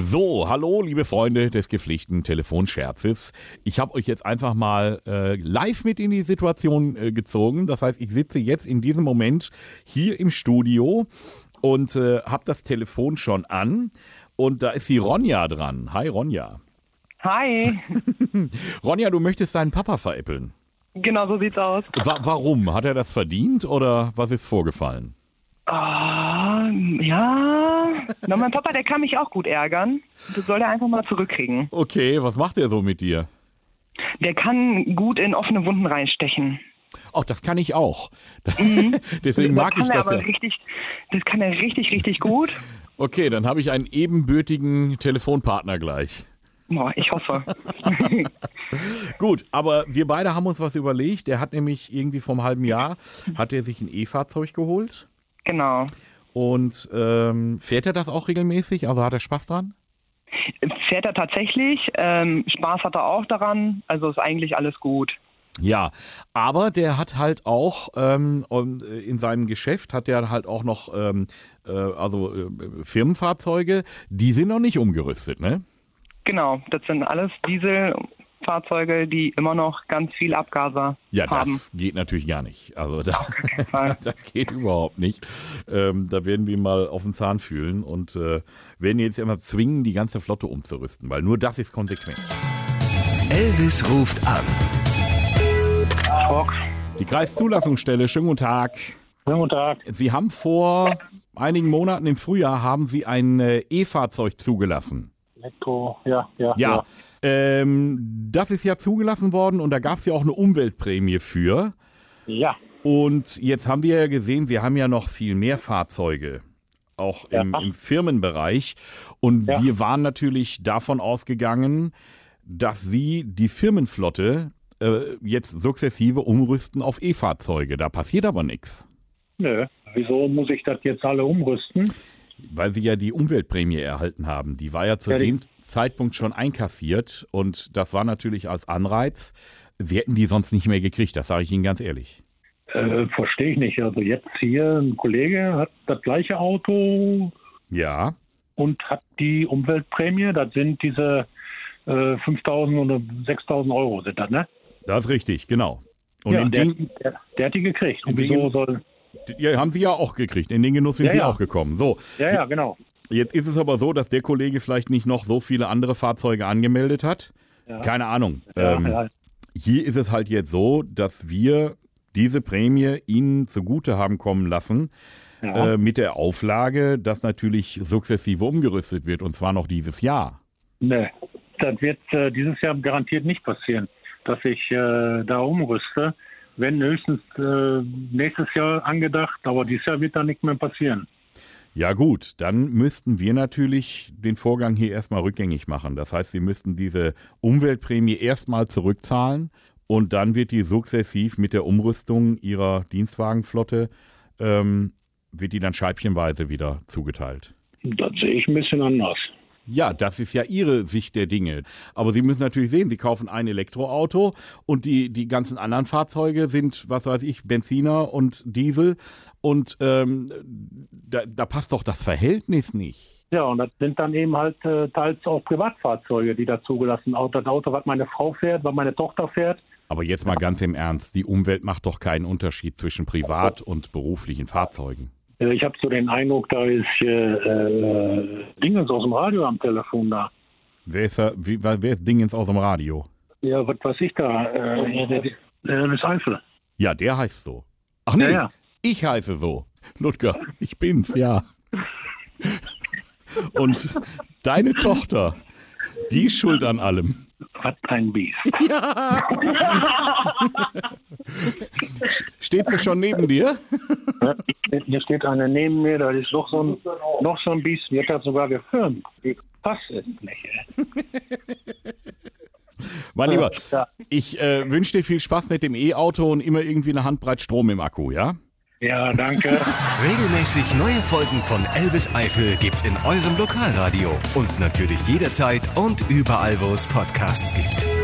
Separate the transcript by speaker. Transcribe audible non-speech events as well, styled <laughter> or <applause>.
Speaker 1: So, hallo, liebe Freunde des gepflichten Telefonscherzes. Ich habe euch jetzt einfach mal äh, live mit in die Situation äh, gezogen. Das heißt, ich sitze jetzt in diesem Moment hier im Studio und äh, habe das Telefon schon an. Und da ist die Ronja dran. Hi, Ronja.
Speaker 2: Hi.
Speaker 1: Ronja, du möchtest deinen Papa veräppeln.
Speaker 2: Genau so sieht's aus.
Speaker 1: Wa warum? Hat er das verdient oder was ist vorgefallen?
Speaker 2: Ähm, ja. Na, mein Papa, der kann mich auch gut ärgern. Das soll er einfach mal zurückkriegen.
Speaker 1: Okay, was macht er so mit dir?
Speaker 2: Der kann gut in offene Wunden reinstechen.
Speaker 1: Ach, das kann ich auch. <laughs> Deswegen mag
Speaker 2: Mhm. kann
Speaker 1: ich
Speaker 2: er
Speaker 1: das
Speaker 2: aber
Speaker 1: ja.
Speaker 2: richtig, das kann er richtig, richtig gut.
Speaker 1: Okay, dann habe ich einen ebenbürtigen Telefonpartner gleich.
Speaker 2: Boah, ich
Speaker 1: <laughs>
Speaker 2: hoffe.
Speaker 1: Gut, aber wir beide haben uns was überlegt. Er hat nämlich irgendwie vom halben Jahr, hat er sich ein E-Fahrzeug geholt.
Speaker 2: genau.
Speaker 1: Und ähm, fährt er das auch regelmäßig? Also hat er Spaß dran?
Speaker 2: Fährt er tatsächlich. Ähm, Spaß hat er auch daran. Also ist eigentlich alles gut.
Speaker 1: Ja, aber der hat halt auch ähm, und, äh, in seinem Geschäft hat er halt auch noch ähm, äh, also äh, Firmenfahrzeuge, die sind noch nicht umgerüstet, ne?
Speaker 2: Genau. Das sind alles Dieselfahrzeuge, die immer noch ganz viel Abgaser
Speaker 1: Ja,
Speaker 2: haben.
Speaker 1: das geht natürlich gar nicht. Also <laughs> da,
Speaker 2: Fall.
Speaker 1: das geht überhaupt nicht. Ähm, da werden wir ihn mal auf den Zahn fühlen und äh, werden ihn jetzt immer zwingen, die ganze Flotte umzurüsten, weil nur das ist konsequent.
Speaker 3: Elvis ruft an.
Speaker 4: Talk.
Speaker 1: Die Kreiszulassungsstelle, schönen guten Tag.
Speaker 4: Schönen guten Tag.
Speaker 1: Sie haben vor einigen Monaten im Frühjahr haben Sie ein äh, E-Fahrzeug zugelassen.
Speaker 4: Elektro, ja, ja.
Speaker 1: Ja. Ähm, das ist ja zugelassen worden und da gab es ja auch eine Umweltprämie für.
Speaker 4: Ja,
Speaker 1: Und jetzt haben wir ja gesehen, Sie haben ja noch viel mehr Fahrzeuge, auch im,
Speaker 4: Ja.
Speaker 1: im Firmenbereich. Und
Speaker 4: Ja.
Speaker 1: wir waren natürlich davon ausgegangen, dass Sie die Firmenflotte äh, jetzt sukzessive umrüsten auf E-Fahrzeuge. Da passiert aber nichts,
Speaker 4: nö. Wieso muss ich das jetzt alle umrüsten?
Speaker 1: weil Sie ja die Umweltprämie erhalten haben. Die war ja zu
Speaker 4: Ja, die-
Speaker 1: dem Zeitpunkt schon einkassiert und das war natürlich als Anreiz. Sie hätten die sonst nicht mehr gekriegt, das sage ich Ihnen ganz ehrlich.
Speaker 4: Äh, verstehe ich nicht. Also jetzt hier ein Kollege hat das gleiche Auto
Speaker 1: Ja,
Speaker 4: und hat die Umweltprämie. Das sind diese äh, 5.000 oder 6.000 Euro sind das, ne?
Speaker 1: das ist richtig, genau. Und
Speaker 4: ja,
Speaker 1: in
Speaker 4: der,
Speaker 1: dem,
Speaker 4: der, der hat die gekriegt. Und
Speaker 1: in den-
Speaker 4: wieso soll...
Speaker 1: Ja, haben sie ja auch gekriegt. In den Genuss sind
Speaker 4: Ja,
Speaker 1: sie
Speaker 4: ja.
Speaker 1: auch gekommen. So,
Speaker 4: Ja, ja, genau.
Speaker 1: jetzt ist es aber so, dass der Kollege vielleicht nicht noch so viele andere Fahrzeuge angemeldet hat. Keine Ahnung.
Speaker 4: Ja,
Speaker 1: ähm,
Speaker 4: ja.
Speaker 1: Hier ist es halt jetzt so, dass wir diese Prämie Ihnen zugute haben kommen lassen,
Speaker 4: Ja.
Speaker 1: äh, mit der Auflage, dass natürlich sukzessive umgerüstet wird, und zwar noch dieses Jahr.
Speaker 4: Nee, das wird äh, dieses Jahr garantiert nicht passieren, dass ich äh, da umrüste. Wenn höchstens äh, nächstes Jahr angedacht, aber dieses Jahr wird da nichts mehr passieren.
Speaker 1: Ja gut, dann müssten wir natürlich den Vorgang hier erstmal rückgängig machen. Das heißt, Sie müssten diese Umweltprämie erstmal zurückzahlen und dann wird die sukzessiv mit der Umrüstung Ihrer Dienstwagenflotte, ähm, wird die dann scheibchenweise wieder zugeteilt.
Speaker 4: Das sehe ich ein bisschen anders.
Speaker 1: Ja, das ist ja Ihre Sicht der Dinge. Aber Sie müssen natürlich sehen, Sie kaufen ein Elektroauto und die, die ganzen anderen Fahrzeuge sind, was weiß ich, Benziner und Diesel. Und ähm, da, da passt doch das Verhältnis nicht.
Speaker 4: Ja, und das sind dann eben halt äh, teils auch Privatfahrzeuge, die da zugelassen sind. Auch das Auto, was meine Frau fährt, was meine Tochter fährt.
Speaker 1: Aber jetzt mal ganz im Ernst, die Umwelt macht doch keinen Unterschied zwischen privat und beruflichen Fahrzeugen.
Speaker 4: Äh, ich habe so den Eindruck, da ist äh, äh, Dingens aus dem Radio am Telefon da.
Speaker 1: Wer ist, da, wie, wer wer ist Dingens aus dem Radio?
Speaker 4: Ja, was weiß ich da? Äh, Elvis Eifel.
Speaker 1: Ja, der heißt so. Ach nee,
Speaker 4: Ja, ja.
Speaker 1: ich heiße so. Ludger, ich bin's, ja. Und deine Tochter, die ist schuld an allem.
Speaker 4: Was ein Biest.
Speaker 1: <laughs> Steht sie schon neben dir?
Speaker 4: Hier steht einer neben mir, da ist noch so ein, noch so ein Biest, die hat das sogar gefilmt. Wie krass ist nicht, ey.
Speaker 1: Mein Lieber,
Speaker 4: Ja.
Speaker 1: ich äh, wünsche dir viel Spaß mit dem E-Auto und immer irgendwie eine Handbreit Strom im Akku, ja?
Speaker 4: Ja, danke.
Speaker 3: Regelmäßig neue Folgen von Elvis Eifel gibt's in eurem Lokalradio und natürlich jederzeit und überall, wo es Podcasts gibt.